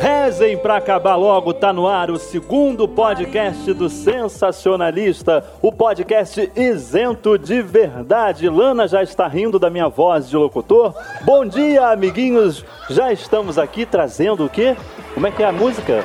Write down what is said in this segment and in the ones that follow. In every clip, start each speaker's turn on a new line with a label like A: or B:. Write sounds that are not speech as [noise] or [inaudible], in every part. A: Rezem pra acabar logo, tá no ar o segundo podcast do Sensacionalista, o podcast isento de verdade. Lana já está rindo da minha voz de locutor. Bom dia, amiguinhos. Já estamos aqui trazendo o quê? Como é que é a música?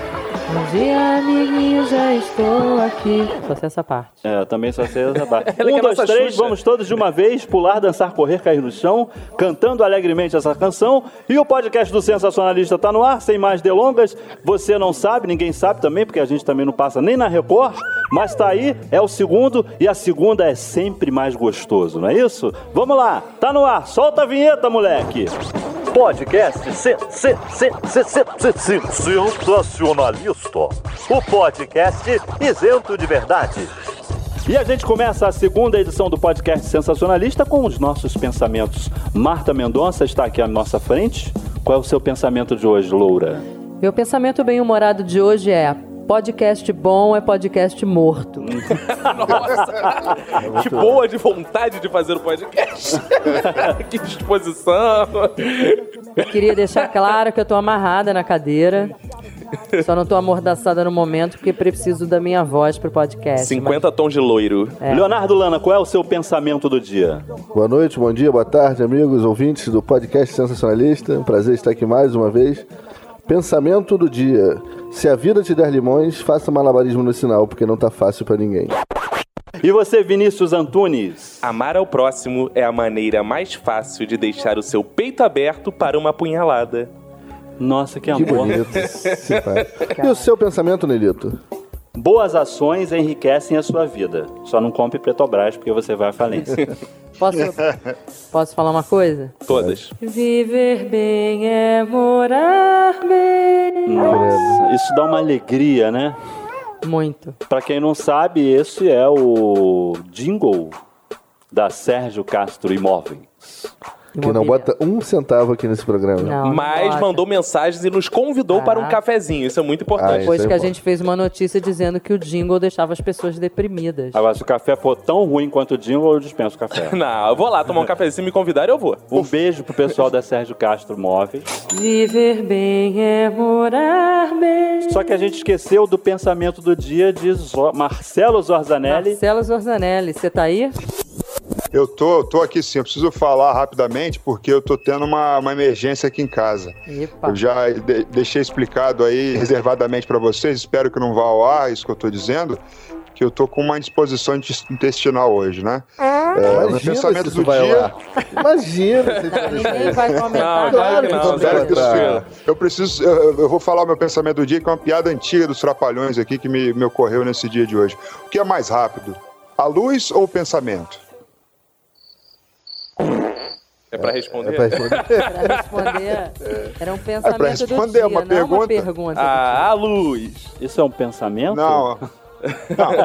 B: Bom dia, amiguinho, já estou aqui. Só sei essa parte.
A: É, eu também só sei essa parte.
C: [laughs] Ela
A: um,
C: que é
A: dois,
C: nossa
A: três,
C: Xuxa.
A: vamos todos de uma vez pular, dançar, correr, cair no chão, cantando alegremente essa canção. E o podcast do Sensacionalista tá no ar, sem mais delongas. Você não sabe, ninguém sabe também, porque a gente também não passa nem na Record, mas tá aí, é o segundo, e a segunda é sempre mais gostoso, não é isso? Vamos lá, tá no ar, solta a vinheta, moleque! Podcast se, se, se, se, se, se, se, Sensacionalista. O podcast isento de verdade. E a gente começa a segunda edição do podcast Sensacionalista com os nossos pensamentos. Marta Mendonça está aqui à nossa frente. Qual é o seu pensamento de hoje, Loura?
B: Meu pensamento bem-humorado de hoje é: podcast bom é podcast morto.
C: [laughs] Que boa de vontade de fazer o podcast. [laughs] que disposição.
B: É Eu queria deixar claro que eu tô amarrada na cadeira. Só não tô amordaçada no momento porque preciso da minha voz pro podcast.
C: 50 tons de loiro.
A: Leonardo Lana, qual é o seu pensamento do dia?
D: Boa noite, bom dia, boa tarde, amigos, ouvintes do podcast Sensacionalista. Um prazer estar aqui mais uma vez. Pensamento do dia. Se a vida te der limões, faça malabarismo no sinal, porque não tá fácil pra ninguém.
A: E você, Vinícius Antunes?
C: Amar ao próximo é a maneira mais fácil de deixar o seu peito aberto para uma punhalada.
A: Nossa, que
D: Que
A: amor.
E: [laughs]
D: bonito. simpático. e o seu pensamento, Nelito?
A: Boas ações enriquecem a sua vida. Só não compre Petrobras porque você vai à
D: [laughs]
A: falência.
B: Mas Posso, posso falar uma coisa?
C: Todas.
B: Viver bem é morar bem.
A: Nossa, isso dá uma alegria, né?
B: Muito.
A: Pra quem não sabe, esse é o jingle da Sérgio Castro Imóveis.
D: Que não bota um centavo aqui nesse programa.
B: Não, não
C: Mas
B: bota.
C: mandou mensagens e nos convidou para um
B: Caraca.
C: cafezinho. Isso é muito importante.
D: Ai.
B: Depois
D: Isso
B: que a
D: importa.
B: gente fez uma notícia dizendo que o jingle deixava as pessoas deprimidas.
A: Agora, se o café for tão ruim quanto o jingle, eu dispenso o
E: [laughs]
A: café.
C: Não, eu vou lá tomar um cafezinho. Se me convidarem, eu vou.
A: Um beijo pro pessoal da Sérgio Castro Móveis.
B: Viver bem é morar bem.
A: Só que a gente esqueceu do pensamento do dia de Zo- Marcelo Zorzanelli.
B: Marcelo Zorzanelli, você tá aí?
E: Eu tô, eu tô aqui sim, eu preciso falar rapidamente porque eu tô tendo uma, uma emergência aqui em casa.
B: Epa.
E: Eu já de- deixei explicado aí reservadamente para vocês, espero que não vá ao ar isso que eu tô dizendo, que eu tô com uma indisposição intes- intestinal hoje, né? É, meu
D: Ah, Imagina se
E: pensamento
D: isso
E: do
D: vai
E: dia,
D: lá. Imagina se isso vai
E: [laughs]
B: Ninguém
D: deixar
B: vai comentar.
C: Não,
B: agora.
D: Claro que
C: Não,
D: não,
E: Espero que isso
C: tá.
E: seja. Eu preciso. Eu, eu vou falar o meu pensamento do dia, que é uma piada antiga dos trapalhões aqui que me, me ocorreu nesse dia de hoje. O que é mais rápido? A luz ou o pensamento?
C: É pra responder?
D: É pra responder.
B: Pra responder, era um pensamento
E: É. Ah, pra responder,
B: do dia,
E: é uma
B: não uma
E: pergunta.
B: pergunta.
C: Ah, a luz.
A: Isso é um pensamento?
E: Não.
A: [laughs]
E: Não.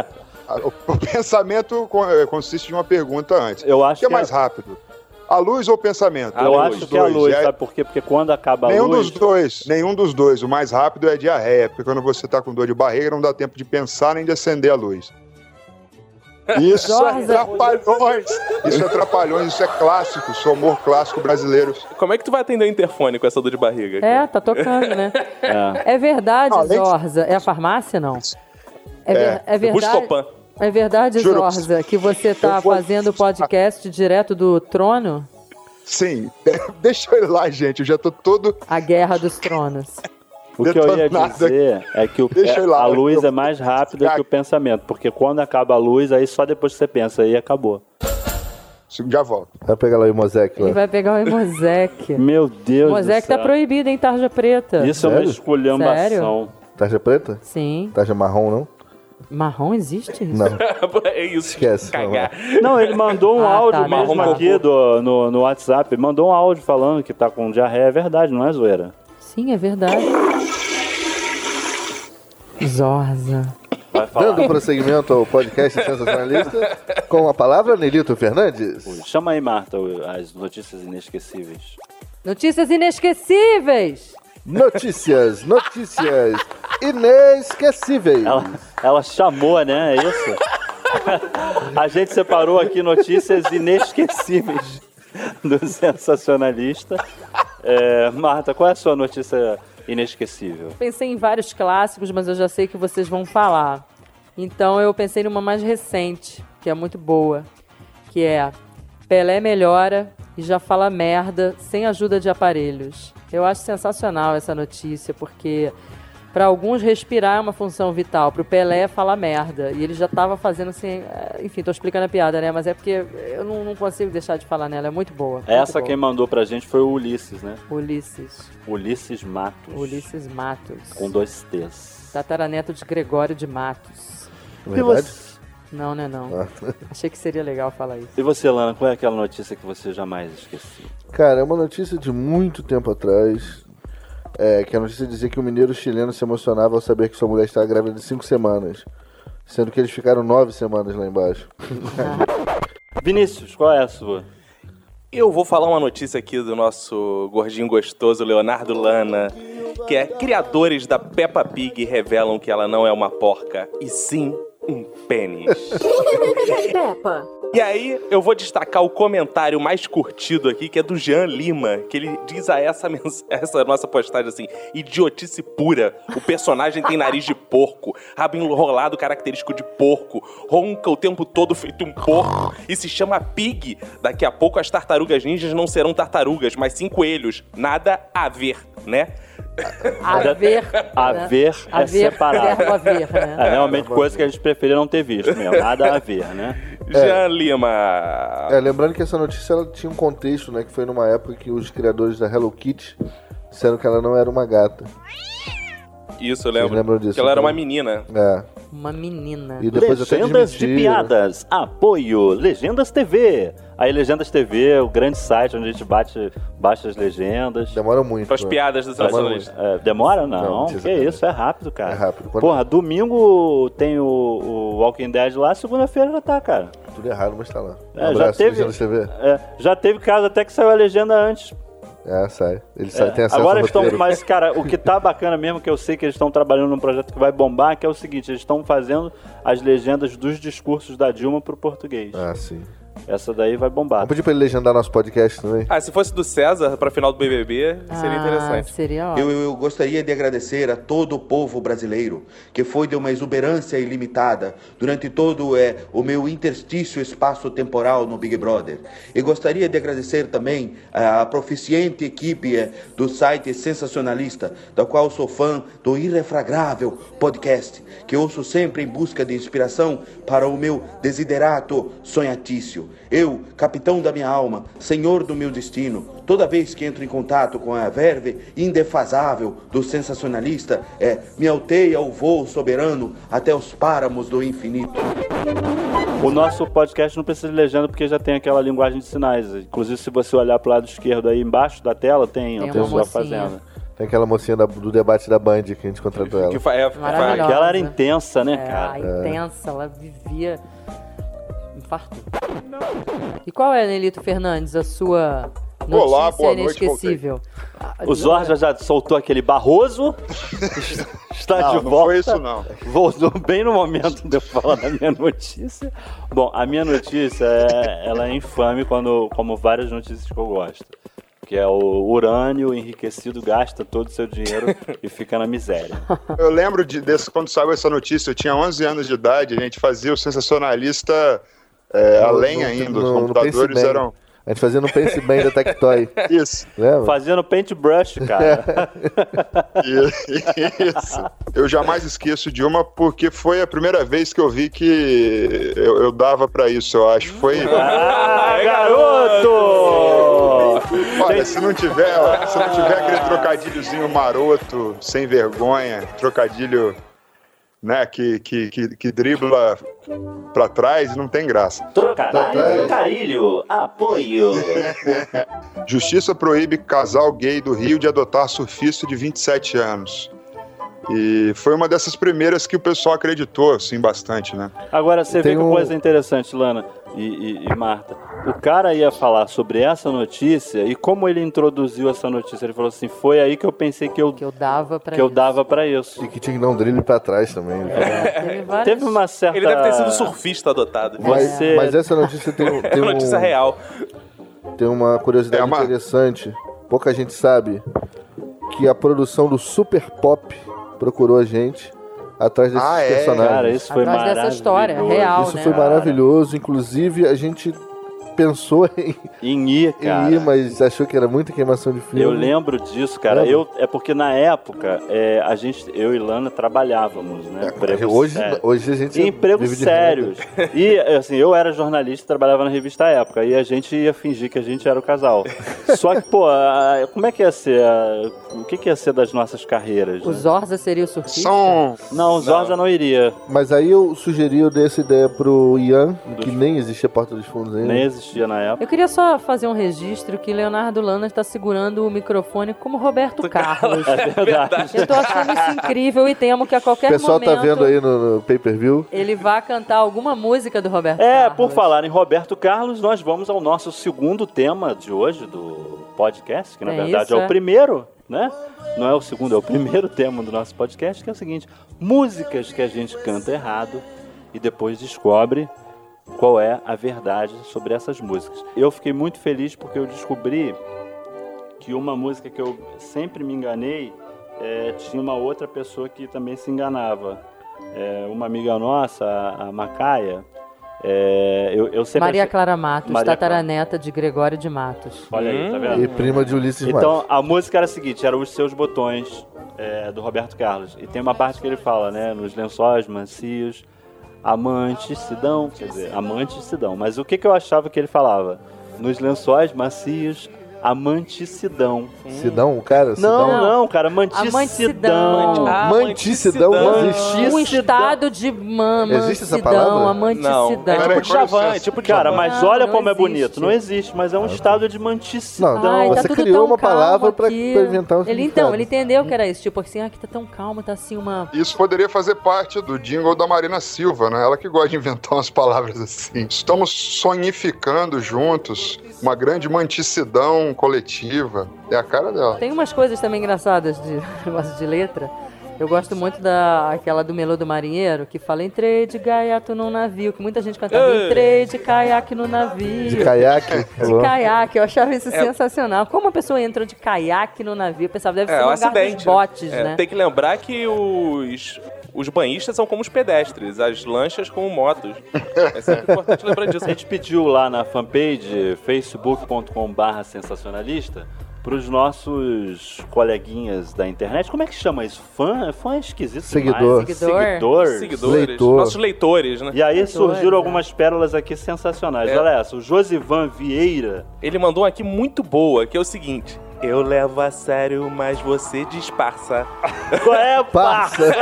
E: A- O o pensamento co- eh, consiste de uma pergunta antes.
A: Eu acho
E: o que é
A: que
E: mais
A: é-
E: rápido? A luz ou o pensamento?
C: A
A: Eu
C: luz,
A: acho que é a
E: dois.
A: luz,
E: E aí-
A: sabe por quê? Porque quando acaba a
E: Nenhum
A: luz.
E: dos dois. Nenhum dos dois. O mais rápido é a diarreia, porque quando você tá com dor de barriga, não dá tempo de pensar nem de acender a luz. Isso
B: Jorge.
E: é trapalhões. Isso é trapalhões, isso é clássico, isso é humor clássico brasileiro.
C: Como é que tu vai atender o interfone com essa dor de barriga? cara?
B: É, tá tocando, né?
A: É.
B: É verdade,
E: Além de-
B: Zorza. É a farmácia, não? É, ver- é verdade.
C: Buscopan.
B: É verdade,
E: Juro.
B: Zorza, que você tá
E: Eu vou-
B: fazendo podcast direto do trono?
E: Sim, [laughs] deixa eu ir lá, gente. Eu já tô todo.
B: A Guerra dos Tronos.
A: O que eu ia
E: Detonado.
A: dizer é que o-
E: Deixa eu ir lá,
A: a
E: eu-
A: luz
E: eu-
A: é mais rápida que o pensamento. Porque quando acaba a luz, aí só depois que você pensa, aí acabou.
E: Já volto.
D: Vai pegar lá o Mosec
B: Ele
D: lá.
B: vai pegar o Imosec.
A: Meu Deus
B: Mosec
A: do
B: tá
A: céu.
B: proibido, hein? Tarja preta.
A: Isso é uma
D: Sério?
A: esculhambação.
D: Tarja preta?
B: Sim.
D: Tarja marrom, não?
B: Marrom existe?
D: Não.
C: [laughs] é isso.
D: Esquece,
C: Cagar.
A: Não, ele mandou um
B: Ah, tá,
A: áudio mesmo
C: marrom
A: aqui do, no, no WhatsApp. Mandou um áudio falando que tá com diarreia. É verdade, não é zoeira.
B: Sim, é verdade. Zorza.
A: Vai falar.
D: Dando prosseguimento ao podcast Sensacionalista, com a palavra Nelito Fernandes.
A: Chama aí, Marta, o- as notícias inesquecíveis.
B: Notícias inesquecíveis!
D: Notícias, notícias inesquecíveis.
A: Ela, ela chamou, né? É isso? [laughs] A gente separou aqui notícias inesquecíveis do sensacionalista. É, Marta, qual é a sua notícia Inesquecível.
B: Pensei em vários clássicos, mas eu já sei que vocês vão falar. Então eu pensei numa mais recente, que é muito boa, que é Pelé melhora e já fala merda sem ajuda de aparelhos. Eu acho sensacional essa notícia, porque para alguns respirar é uma função vital, para o Pelé é falar merda. E ele já estava fazendo assim, eh, enfim, tô explicando a piada, né? Mas é porque eu não, não consigo deixar de falar nela, é muito boa. muito
A: Essa
B: boa.
A: quem mandou pra gente foi o Ulisses, né?
B: Ulisses,
A: Ulisses Matos.
B: Ulisses Matos.
A: Com dois T's.
B: Tataraneto de Gregório de Matos.
A: E
D: Verdade?
A: você,
B: Não, né, não. Achei que seria legal
A: [laughs]
B: falar isso.
A: e você, Lana, qual é aquela notícia que você jamais esqueceu?
D: Cara, é uma notícia de muito tempo atrás. É, que a notícia dizia que o mineiro chileno se emocionava ao saber que sua mulher estava grávida de cinco semanas. Sendo que eles ficaram nove semanas lá embaixo.
A: Vinícius, qual é a sua?
C: Eu vou falar uma notícia aqui do nosso gordinho gostoso Leonardo Lana, que é criadores da Peppa Pig revelam que ela não é uma porca, e sim um pênis.
F: Peppa.
C: E aí, eu vou destacar o comentário mais curtido aqui, que é do Jean Lima, que ele diz a essa, mens- [laughs] essa nossa postagem assim: idiotice pura. O personagem tem nariz de porco, rabo enrolado característico de porco, ronca o tempo todo feito um porco e se chama Pig. Daqui a pouco as tartarugas ninjas não serão tartarugas, mas sim coelhos. Nada a ver, né?
B: Haver. né?
A: Haver é
B: haver,
A: separado.
B: [laughs] Verbo haver, né?
A: [laughs] É realmente coisa que a gente preferia não ter visto mesmo. Nada a ver, né?
C: Jean Lima.
D: É, lembrando que essa notícia ela tinha um contexto, né? Que foi numa época que os criadores da Hello Kitty disseram que ela não era uma gata.
C: Isso, eu lembro.
D: lembram disso,
C: que ela era
D: né?
C: uma menina.
D: É.
B: Uma menina.
D: E depois até
A: Legendas de
D: desmentiram.
A: piadas, apoio, Legendas TV. Aí Legendas TV, o grande site onde a gente bate, baixa as legendas.
D: Demora muito.
C: Para as
D: né?
C: piadas do selecionista.
A: É, demora? Não,
D: Não,
A: que
D: exatamente.
A: isso, é rápido, cara.
D: É rápido. Quando-
A: Porra, domingo tem o, o Walking Dead lá, segunda-feira já tá, cara.
D: Tudo errado, mas tá lá. Um
A: É, já
D: abraço,
A: teve-
D: Legendas TV.
A: É, já teve caso até que saiu a legenda antes.
D: É, sai. Ele sai, tem acesso
A: Agora
D: ao
A: eles estão.
D: roteiro.
A: Mas, cara, o que
D: [laughs]
A: tá bacana mesmo, que eu sei que eles estão trabalhando num projeto que vai bombar, que é o seguinte: eles estão fazendo as legendas dos discursos da Dilma pro português.
D: Ah, sim.
A: Essa daí vai bombar.
D: Vamos pedir pra ele legendar nosso podcast também.
C: Ah, se fosse do César pra final do BBB, seria
B: Ah,
C: interessante.
B: Seria ótimo.
G: Eu, eu- eu gostaria de agradecer a todo o povo brasileiro, que foi de uma exuberância ilimitada durante todo é, o meu interstício espaço-temporal no Big Brother. E gostaria de agradecer também a proficiente equipe é, do site Sensacionalista, da qual sou fã do irrefragável podcast, que ouço sempre em busca de inspiração para o meu desiderato sonhatício. Eu, capitão da minha alma, senhor do meu destino, toda vez que entro em contato com a verve indefasável do sensacionalista, é, me alteia o voo soberano até os páramos do infinito.
A: O nosso podcast não precisa de legenda porque já tem aquela linguagem de sinais. Inclusive, se você olhar pro lado esquerdo aí embaixo da tela, tem,
B: Tem
A: a pessoa
B: uma mocinha.
A: fazendo.
D: Tem aquela mocinha da- do debate da Band que a gente contratou ela.
C: Que fa- é,
B: Maravilhosa.
C: fa-
A: Aquela era intensa, né, cara?
B: É, intensa, ela vivia. Infarto. E qual é, Nelito Fernandes, a sua notícia
E: Olá, boa noite,
B: inesquecível?
A: O Zorja já soltou aquele Barroso. Está
E: Não,
A: de
E: não
A: volta.
E: foi isso, não.
A: Voltou bem no momento de eu falar da minha notícia. Bom, a minha notícia é, ela é infame quando, como várias notícias que eu gosto. Que é o urânio enriquecido gasta todo o seu dinheiro e fica na miséria.
E: Eu lembro de, desse, quando saiu essa notícia, eu tinha 11 anos de idade, a gente fazia o sensacionalista é,
D: No-
E: além
D: no-
E: ainda,
D: no-
E: os
D: no
E: computadores
D: Pense Bem.
E: eram...
D: A gente fazia no Pense Bem da
A: [laughs]
D: Tectoy.
E: Isso,
D: Lembra?
A: Fazendo paintbrush, cara.
E: i- [laughs] isso. Eu jamais esqueço de uma, porque foi a primeira vez que eu vi que eu, eu dava pra isso, eu acho. Foi...
A: Ah, garoto!
E: Olha, se não tiver, ó, se não
A: [laughs]
E: tiver aquele trocadilhozinho maroto, sem vergonha, trocadilho, né, que, que, que, que dribla pra trás, não tem graça.
A: Trocadilho, carilho, apoio.
E: [laughs] Justiça proíbe casal gay do Rio de adotar surfista de 27 anos. E foi uma dessas primeiras que o pessoal acreditou, assim, bastante, né?
A: Agora, você vê
D: Tem
A: que
D: um-
A: coisa interessante, Lana e, e- e Marta. O cara ia falar sobre essa notícia e como ele introduziu essa notícia. Ele falou assim: foi aí que eu pensei que eu,
B: Que eu dava pra
A: que eu
B: isso.
A: dava pra isso.
D: E que tinha que dar um drible pra trás também.
A: É.
B: Teve várias...
A: Teve uma certa.
C: Ele deve ter sido surfista adotado.
D: Mas,
A: Você-
D: mas essa notícia tem,
A: [laughs]
D: um-
C: [laughs] É
D: tem,
C: uma
D: um,
C: notícia real.
D: tem uma curiosidade
E: É uma-
D: interessante. Pouca gente sabe que a produção do Super Pop procurou a gente atrás desses
E: Ah, é?
C: né?
D: personagens.
A: Cara, isso foi
B: Atrás
A: maravilhoso.
B: dessa história, real.
D: Isso
B: né?
D: foi
A: Cara.
D: maravilhoso. Inclusive, a gente pensou [laughs] em,
A: Em ir, cara.
D: em ir, mas um achou que era muita queimação de filme.
A: Eu lembro disso, cara.
D: Lembra?
A: Eu, é porque na época, é, a gente, eu e Lana trabalhávamos, né? Empregos
D: É, Hoje,
A: sérios.
D: hoje a gente.
A: Em empregos
D: vive de
A: sérios. E, assim, eu era jornalista e trabalhava na revista Época. E a gente ia fingir que a gente era o casal. Só que, pô, a- como é que ia ser? a- o que, que ia ser das nossas carreiras?
B: O
A: né?
B: Zorza seria o surfista?
E: São
A: Não, o Zorza não iria.
D: Mas aí eu sugeri, eu dei essa ideia pro Ian, que
A: Um Dos-
D: nem existia Porta dos Fundos ainda.
A: Nem existia na época.
B: Eu queria só fazer um registro que Leonardo Lana está segurando o microfone como Roberto Carlos.
A: É verdade.
B: Eu tô achando isso incrível e temo que a
D: O
B: qualquer
D: pessoal
B: momento
D: tá vendo aí no, no pay-per-view.
B: ele vá cantar alguma música do Roberto
A: É,
B: Carlos.
A: por falar em Roberto Carlos, nós vamos ao nosso segundo tema de hoje do podcast, que na
B: É
A: verdade
B: isso,
A: é o
B: é.
A: primeiro, né? Não é o segundo, é o primeiro [laughs] tema do nosso podcast, que é o seguinte: músicas que a gente canta errado e depois descobre qual é a verdade sobre essas músicas. Eu fiquei muito feliz porque eu descobri que uma música que eu sempre me enganei é, tinha uma outra pessoa que também se enganava. É, uma amiga nossa, a, a Macaia, é, eu, eu sempre.
B: Maria
A: achei-
B: Clara Matos,
A: Maria
B: tataraneta de Gregório de Matos.
A: Olha aí, tá
D: Hum. E
A: vendo?
D: prima de Ulisses
A: Então,
D: Matos.
A: a música era a seguinte: era os seus botões é, do Roberto Carlos. E tem uma parte que ele fala, né? Nos lençóis, mancios, amantes se dão. Quer dizer, amantes se dão. Mas o que, que eu achava que ele falava? Nos lençóis, macios, amantes se dão.
D: Sidão, cara?
A: é. Não,
D: Sidão.
A: não, cara, manticidão.
B: Amanticidão.
C: Ah,
D: Manticidão não existe.
B: Um
A: Manticidão.
B: estado de ma-
D: Existe essa
B: mansidão,
D: palavra?
C: Não.
B: amanticidão.
C: É
E: Peraí,
C: tipo
E: qual é o
C: Djavan, é
E: senso?
C: tipo
A: Cara,
C: Djavan.
A: mas
B: Não,
A: olha
B: não
A: como é
B: existe.
A: bonito. Não existe, mas é um estado de manticidão.
D: Não,
B: Ai,
D: você
B: tá tudo
D: criou
B: tão
D: uma palavra
B: calmo
D: pra,
B: aqui.
D: pra inventar um
B: Ele
D: significado.
B: então, ele entendeu que era isso, tipo assim, ah, que tá tão calmo, tá assim uma
E: Isso poderia fazer parte do jingle da Marina Silva, né? Ela que gosta de inventar umas palavras assim. Estamos sonificando juntos uma grande manticidão coletiva. É a cara dela.
B: Tem umas coisas também engraçadas de [laughs] negócio de letra. Eu gosto muito da aquela do Melô do Marinheiro, que fala entrei de gaiato num navio, que muita gente cantava
C: Ei.
B: entrei de caiaque no navio.
D: De caiaque.
B: [laughs] De caiaque, eu achava isso
C: É.
B: sensacional. Como uma pessoa entrou de caiaque no navio, eu pensava, deve
C: É,
B: ser
C: um
B: um lugar dos
C: acidente.
B: botes,
C: É,
B: né?
C: Tem que lembrar que os, os banhistas são como os pedestres, as lanchas como motos. É sempre importante lembrar disso.
A: A gente pediu lá na fanpage facebook.com.br sensacionalista pros nossos coleguinhas da internet. Como é que chama isso? Fã? Fã é esquisito.
D: Seguidor.
A: Demais.
B: Seguidor.
A: Seguidor.
C: Seguidores,
D: Leitor.
C: nossos leitores, né?
A: E aí surgiram
B: né?
A: algumas pérolas aqui sensacionais.
C: É.
A: Olha essa, o Josivan Vieira.
C: Ele mandou uma aqui muito boa, que é o seguinte. Eu levo a sério, mas você disfarça.
A: Qual é, pá? [laughs]
D: Passa.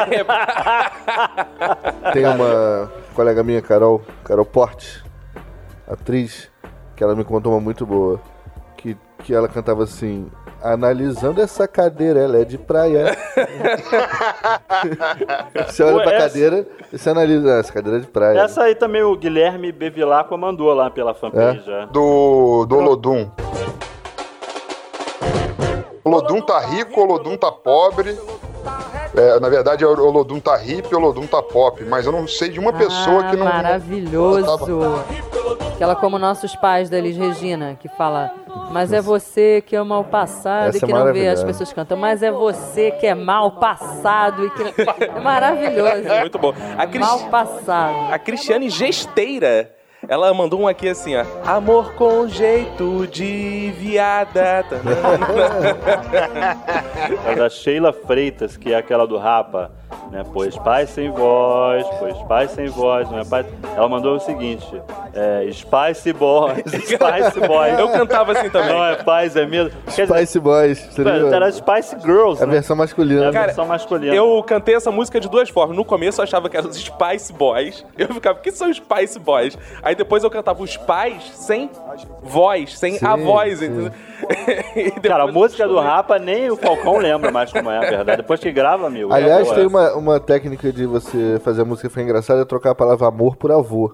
D: Tem uma colega minha, Carol, Carol Porte, atriz, que ela me contou uma muito boa. Que, que ela cantava assim. Analisando essa cadeira, ela é de
A: [laughs]
D: praia. você olha
A: Ué,
D: pra
A: essa-
D: cadeira e você analisa. "Ah, Essa cadeira é de praia.
A: Essa aí também o Guilherme Bevilacqua mandou lá pela fanpage. é. já.
E: Do, do Olodum. Olodum tá rico, Olodum tá pobre. É, na verdade, o Olodum tá hip, Olodum tá pop. Mas eu não sei de uma pessoa
B: ah,
E: que não.
B: Maravilhoso. Aquela como nossos pais da Elis Regina, que fala, mas é você que é mal passado
D: Essa
B: e que
D: é
B: não vê as
D: maravilhosa.
B: pessoas cantando. Mas é você que é mal passado e que não... É maravilhoso.
C: muito bom. [laughs] A, Cris-
B: Mal passado.
C: a Cristiane Gesteira, ela mandou um aqui assim, ó. Amor com jeito de viada.
A: É da Sheila Freitas, que é aquela do Rapa, né? Pois pais sem voz, pois pais sem voz, não é pai. Ela mandou o seguinte: é, Spice
C: [laughs]
A: Boys, Spice Boys.
C: Eu cantava assim também.
A: Não é paz, é medo. Quer dizer,
D: Spice Boys. seria
A: era Spice Girls,
D: a
A: né?
D: versão
A: É a
D: masculina.
C: Cara,
A: versão masculina.
C: Eu cantei essa música de duas formas. No começo eu achava que eram os Spice Boys. Eu ficava, o que são os Spice Boys? Aí depois eu cantava os pais sem voz, sem
D: Sim,
C: a voz,
D: sim.
C: entendeu? [laughs] E depois
A: Cara, a
C: eu
A: música do
C: descobri.
A: Rapa nem o Falcão lembra mais como é, a verdade. Depois que grava, amigo.
D: Aliás,
A: é, [laughs]
D: tem uma, uma técnica de você fazer a música ficar engraçada é trocar a palavra amor por avô.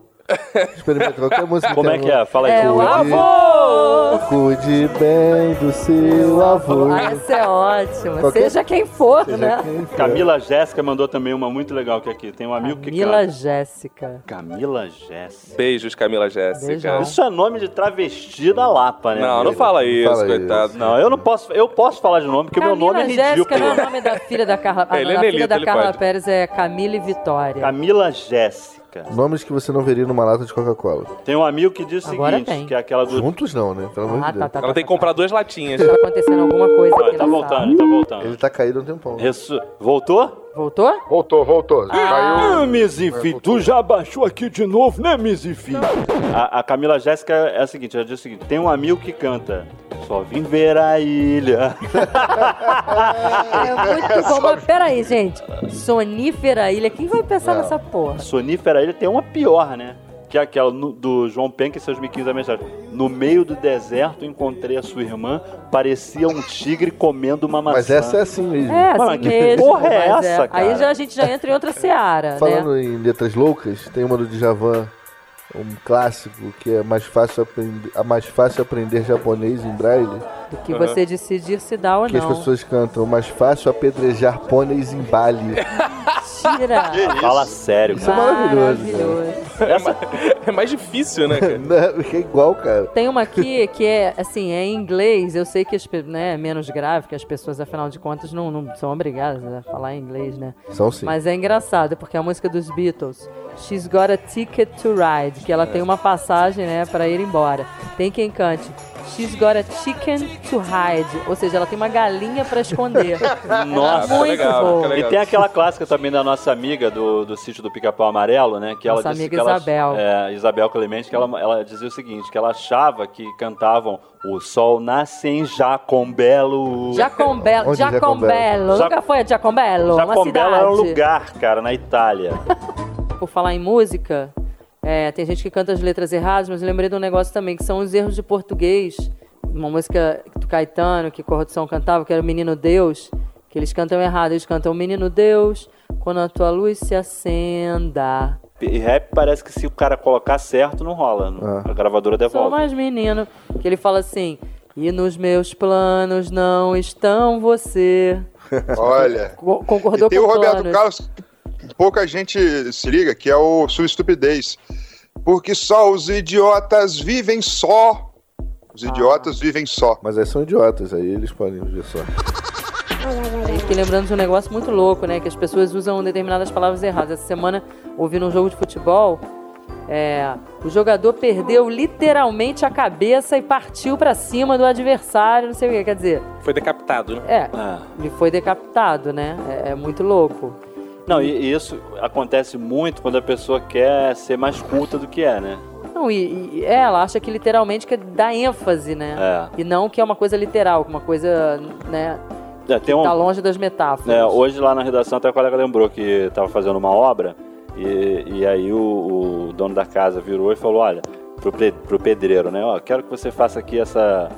D: Experimenta qualquer música.
A: Como é que é? Fala aí.
B: É o
D: Cuide.
B: avô!
D: Cuide bem do seu avô.
B: Ah, essa é ótima.
D: Qualquer-
B: Seja quem for, né?
A: Camila Jéssica mandou também uma muito legal que aqui. Tem um amigo
B: Camila
A: que canta.
B: Jéssica.
A: Camila Jéssica.
C: Beijos, Camila Jéssica. é
B: Beijão.
A: Isso é nome de travesti da Lapa, né?
C: Não, não
A: amigo?
C: fala isso,
D: Fala isso.
C: coitado.
A: Não, eu não posso. Eu posso falar de nome, porque o meu nome é
B: Camila Jéssica
A: ridículo.
B: não é o nome da filha da Carla. Ah,
C: [laughs] É, ele
B: não,
C: é
B: da
C: Nelita,
B: filha da
C: ele
B: Carla
C: pode.
B: Pérez é Camila e Vitória.
A: Camila Jéssica.
D: Nomes que você não veria numa lata de Coca-Cola.
A: Tem um amigo que diz o
B: Agora
A: seguinte,
B: tem.
A: que é aquela do.
D: Juntos não, né? Pelo amor
B: Ah, tá,
D: de Deus.
B: tá, tá,
C: Ela tem
B: tá,
C: que comprar duas latinhas.
B: Tá acontecendo alguma coisa
A: Ah,
B: aqui
A: tá
B: na
A: voltando,
B: sala.
A: tá voltando.
D: Ele tá caído há um tempão.
A: Ressu- Voltou?
B: Voltou?
H: Voltou, voltou. Caiu.
A: Ah, Mizifi, tu já baixou aqui de novo, né, Mizifi? A, a Camila Jéssica é a seguinte, ela diz o seguinte, tem um amigo que canta, só vim ver a ilha.
B: É
E: [laughs]
B: muito bom, mas peraí, gente. Sonífera Ilha, quem vai pensar
D: Não.
B: nessa porra?
A: Sonífera Ilha tem uma pior, né? Que é aquela no- do João Penck e seus 15 a mensagem. No meio do deserto encontrei a sua irmã, parecia um tigre comendo uma maçã.
D: Mas essa é assim mesmo.
B: É, assim
A: Mano, que
B: mesmo.
A: porra é
B: mas
A: essa, cara?
B: Aí já, a gente já entra em outra seara, né?
D: Falando em letras loucas, tem uma do Djavan, um clássico, que é mais fácil aprender, a mais fácil aprender japonês em braille,
B: Do que você decidir se dá ou
D: que as
B: Ah, não.
D: pessoas cantam, mais fácil apedrejar pôneis
B: [laughs]
D: em Bali.
B: Tira.
A: Fala sério,
D: Isso é
A: cara.
D: maravilhoso,
B: Maravilhoso.
C: É mais difícil, né? cara?
D: Não, é igual, cara.
B: Tem uma aqui que é, assim, é em inglês. Eu sei que as pe- né, é menos grave, que as pessoas, afinal de contas, não, não são obrigadas a falar inglês, né?
D: São sim.
B: Mas é engraçado, porque é a música dos Beatles, She's Got a Ticket to Ride, que ela
D: É.
B: tem uma passagem, né, pra ir embora. Tem quem cante She's Got a Chicken to Hide, ou seja, ela tem uma galinha pra
D: [laughs]
B: esconder.
D: Tá
A: Nossa,
B: Ela é muito
C: legal,
B: boa.
C: Ah, fica legal.
A: E tem aquela clássica também da nossa amiga do, do sítio do Pica-Pau Amarelo, né? Que ela
B: Nossa
A: disse
B: amiga
A: que ela,
B: Isabel.
A: É, Isabel Clemente, que ela, ela dizia o seguinte, que ela achava que cantavam O Sol Nasce em Jacombelo.
B: Jacombelo,
D: Onde é
B: Jacombelo,
A: Jacombelo?
B: nunca foi a Jacombelo, uma
A: Jacombelo
B: cidade.
A: era um lugar, cara, na Itália.
B: Por falar em música, é, tem gente que canta as letras erradas, mas eu lembrei de um negócio também, que são os erros de português. Uma música do Caetano, que Corrupção cantava, que era o Menino Deus, que eles cantam errado. Eles cantam Menino Deus, quando a tua luz se acenda.
A: E rap parece que se o cara colocar certo, não rola. não-
D: Ah.
A: A gravadora
B: Sou
A: devolve.
B: mais menino. Que ele fala assim, e nos meus planos não estão você.
E: Olha.
B: Co-
E: E
B: Concordou
E: tem
B: com
E: o Roberto
B: planos.
E: Carlos, que pouca gente se liga, que é o sua estupidez. Porque só os idiotas vivem só. Os idiotas vivem só.
D: Mas aí são idiotas, aí eles podem ver só.
B: Eu Fiquei lembrando de um negócio muito louco, né? Que as pessoas usam determinadas palavras erradas. Essa semana, ouvindo um jogo de futebol, é, o jogador perdeu literalmente a cabeça e partiu pra cima do adversário, não sei o que. Quer dizer,
C: Foi decapitado, né?
B: é,
A: Ah.
B: ele foi decapitado, né? É, é muito louco.
A: Não, e, e isso acontece muito quando a pessoa quer ser mais culta do que é, né?
B: Não, e, e- é, ela acha que literalmente que dá ênfase, né?
A: É.
B: E não que é uma coisa literal, que uma coisa, né?
A: É, tem um,
B: Tá longe das metáforas.
A: É, hoje lá na redação até a colega lembrou que tava fazendo uma obra e, e aí o, o dono da casa virou e falou, olha, pro, pe- pro pedreiro, né? Ó, quero que você faça aqui essa...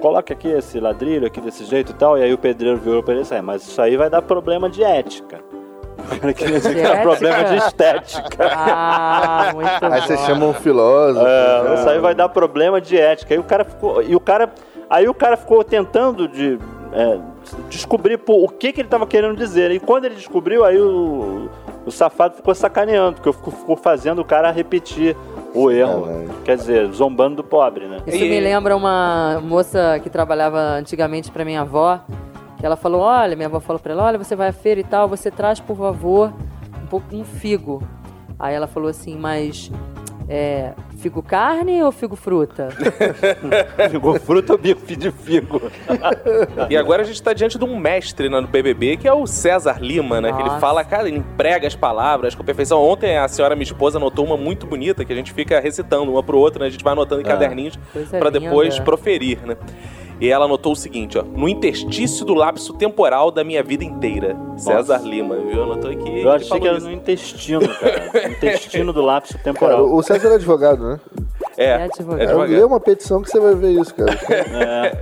A: Coloque aqui esse ladrilho aqui desse jeito e tal. E aí o pedreiro virou pra ele e disse, "É, mas isso aí vai dar problema de ética. [laughs] O cara queria dizer que era
B: Ética?
A: [laughs] problema de estética.
B: Ah, muito bom.
D: Aí você chama um filósofo.
A: É,
D: né?
A: isso aí vai dar problema de ética. Aí o cara ficou, e o cara, aí o cara ficou tentando de é, descobrir pô, o que, que ele estava querendo dizer. E quando ele descobriu, aí o, o safado ficou sacaneando, porque ficou, ficou fazendo o cara repetir o erro.
D: Caralho.
A: Quer dizer, zombando do pobre, né?
B: Isso
C: E-
B: me lembra uma moça que trabalhava antigamente pra minha avó, que ela falou: "Olha, minha avó falou pra ela: "Olha, você vai à feira e tal, você traz, por favor, um pouco um figo". Aí ela falou assim: "Mas é, figo carne ou figo fruta?"
A: [laughs] Ficou fruta ou bife de figo?
C: E agora a gente tá diante de um mestre né, no BBB, que é o César Lima, né? Que ele
B: Nossa.
C: fala, cara, ele emprega as palavras com perfeição. Ontem a senhora, minha esposa, anotou uma muito bonita que a gente fica recitando uma pro outro, né? A gente vai anotando em caderninhos
B: Ah, Coisa
C: pra depois
B: linda.
C: proferir, né? E ela anotou o seguinte, ó. No interstício do lapso temporal da minha vida inteira. César Lima, viu? Anotou aqui. ele
A: Eu achei
C: falou
A: que era
C: isso.
A: [laughs] no intestino, cara. intestino do lápis
D: Cara,
A: temporal.
D: o César é advogado, né?
C: [laughs] É,
B: É advogado.
C: é
D: Cara,
C: advogado.
D: lê uma petição que você vai ver isso, cara.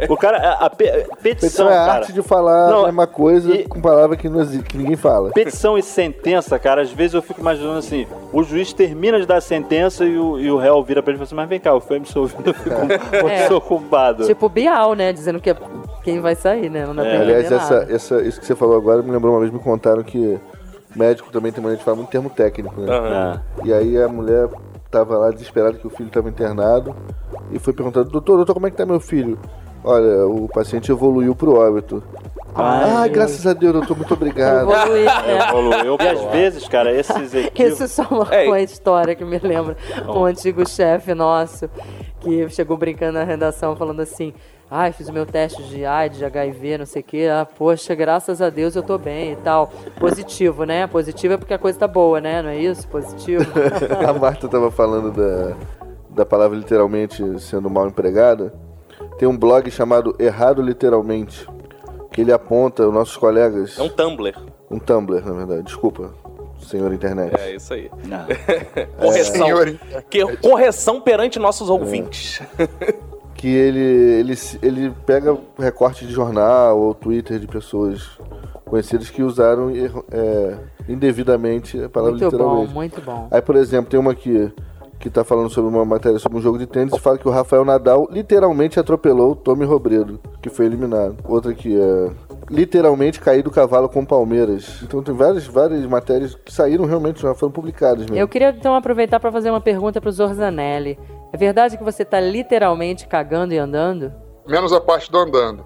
A: É. O cara. A, a pe- petição,
D: Petição é a
A: cara.
D: arte de falar
A: Não,
D: a mesma coisa
A: e-
D: com palavra que, não existe, que ninguém fala.
A: Petição e sentença, cara, às vezes eu fico imaginando assim: o juiz termina de dar a sentença e o, e o réu vira pra ele e fala assim, mas vem cá, eu fui absolvido, eu [laughs] fico um
B: [laughs] É.
A: desocupado.
B: Tipo Bial, né? Dizendo que é quem vai sair, né? Não
C: É.
B: dá pra
D: Aliás,
B: entender
D: essa,
B: nada.
D: essa- isso que você falou agora me lembrou uma vez, me contaram que médico também tem maneira de falar muito termo técnico, né?
C: Aham.
A: É.
D: E aí a mulher tava lá desesperada que o filho estava internado e foi perguntar, doutor, doutor, como é que tá meu filho? Olha, o paciente evoluiu pro óbito. Ah, graças a Deus, doutor, muito obrigado.
C: [laughs]
B: Evoluir, né?
C: Evoluiu
A: Ah. E às
C: pro ar.
A: vezes, cara,
B: [laughs]
A: esses equívocos.
B: Isso só uma,
C: É,
B: uma história que me lembra um antigo chefe nosso que chegou brincando na redação falando assim: ai, fiz o meu teste de AIDS, de HIV, não sei o quê. Ah, poxa, graças a Deus eu tô bem e tal. Positivo, né? Positivo é porque a coisa tá boa, né? Não é isso?
E: [laughs]
B: Positivo.
D: [laughs] a Marta tava falando da, da palavra literalmente sendo mal empregada. Tem um blog chamado Errado Literalmente, que ele aponta os nossos colegas.
C: É um Tumblr.
D: Um Tumblr, na verdade. Desculpa, senhor internet.
C: É isso aí.
A: Não.
C: [laughs] Correção.
I: Senhor,
C: Que- correção perante nossos ouvintes.
A: É.
D: Que ele, ele, se- ele pega recorte de jornal ou Twitter de pessoas conhecidas que usaram erro- é, indevidamente a palavra
B: muito bom,
D: literalmente.
B: muito bom.
D: Aí, por exemplo, tem uma aqui que tá falando sobre uma matéria sobre um jogo de tênis e fala que o Rafael Nadal literalmente atropelou o Tommy Robredo, que foi eliminado. Outra que é literalmente cair do cavalo com o Palmeiras. Então tem várias, várias matérias que saíram realmente, já foram publicadas mesmo.
B: Eu queria então aproveitar para fazer uma pergunta pro Zorzanelli. É verdade que você tá literalmente cagando e andando?
E: Menos a parte do andando.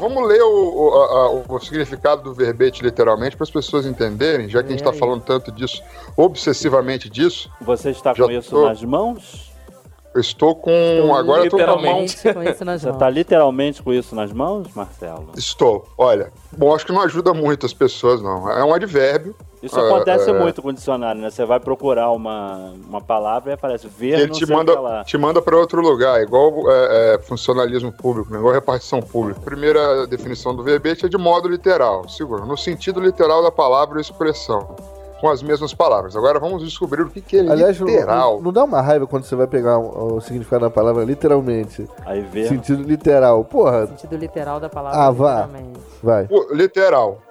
E: Vamos ler o, o- a- a- o significado do verbete literalmente para as pessoas entenderem, já que a gente está falando tanto disso, obsessivamente disso.
A: Você está
E: Já
A: com isso
E: tô.
A: nas mãos?
E: Eu estou com. Então, agora eu estou com a mão.
C: literalmente.
B: Gente, com isso nas
A: Você tá
B: mãos.
A: está literalmente com isso nas mãos, Marcelo?
E: Estou. Olha, bom, acho que não ajuda muito as pessoas, não. É um advérbio.
A: Isso
E: Ah,
A: acontece
E: é.
A: muito com o dicionário, né? Você vai procurar uma, uma palavra e aparece
E: E
A: ver,
E: ele
A: não
E: te
A: sei o que
E: manda,
A: tá lá.
E: te manda para outro lugar, igual é, é, funcionalismo público, né? igual repartição pública. Primeira definição do verbete é de modo literal. Segundo, no sentido literal da palavra ou expressão, com as mesmas palavras. Agora vamos descobrir o que, que é
D: Aliás, não-
E: literal.
D: Não, não dá uma raiva quando você vai pegar o, o significado da palavra literalmente.
A: Aí ver.
D: Sentido literal. Porra,
B: Sentido literal da palavra.
D: Ah, vá.
B: literalmente.
D: vai.
E: O literal,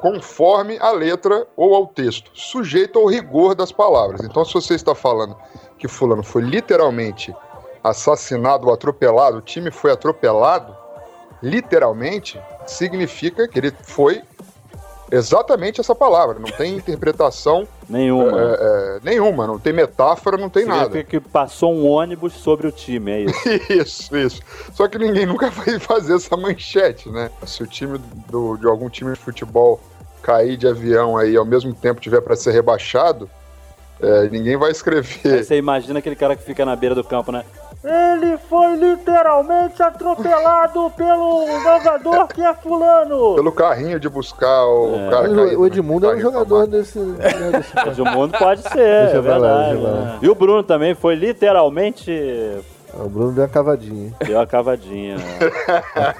E: conforme a letra ou ao texto, sujeito ao rigor das palavras. Então, se você está falando que fulano foi literalmente assassinado ou atropelado, o time foi atropelado, literalmente significa que ele foi exatamente essa palavra. Não tem [laughs] interpretação
A: Nenhuma.
E: é, nenhuma, não tem metáfora, não tem
A: Significa
E: nada.
A: que passou um ônibus sobre o time, é isso.
E: Isso, isso. Só que ninguém nunca vai fazer essa manchete, né? Se o time do- de algum time de futebol cair de avião aí e ao mesmo tempo tiver para ser rebaixado, é, ninguém vai
A: Aí
D: É.
E: escrever.
B: é
A: você imagina aquele cara que fica na beira do campo, né? Ele foi literalmente atropelado pelo jogador que é fulano.
E: Pelo carrinho de buscar o cara
D: Mas
E: caído,
D: o, o
E: né?
D: Edmundo é um
E: Carrinho
D: jogador desse. né, desse- [laughs]
A: Edmundo pode ser,
D: Deixa
A: é
D: pra lá,
A: verdade.
D: deixa pra
A: né? E o Bruno também foi literalmente...
D: Ah, o Bruno deu uma cavadinha. hein?
A: Deu a cavadinha, né?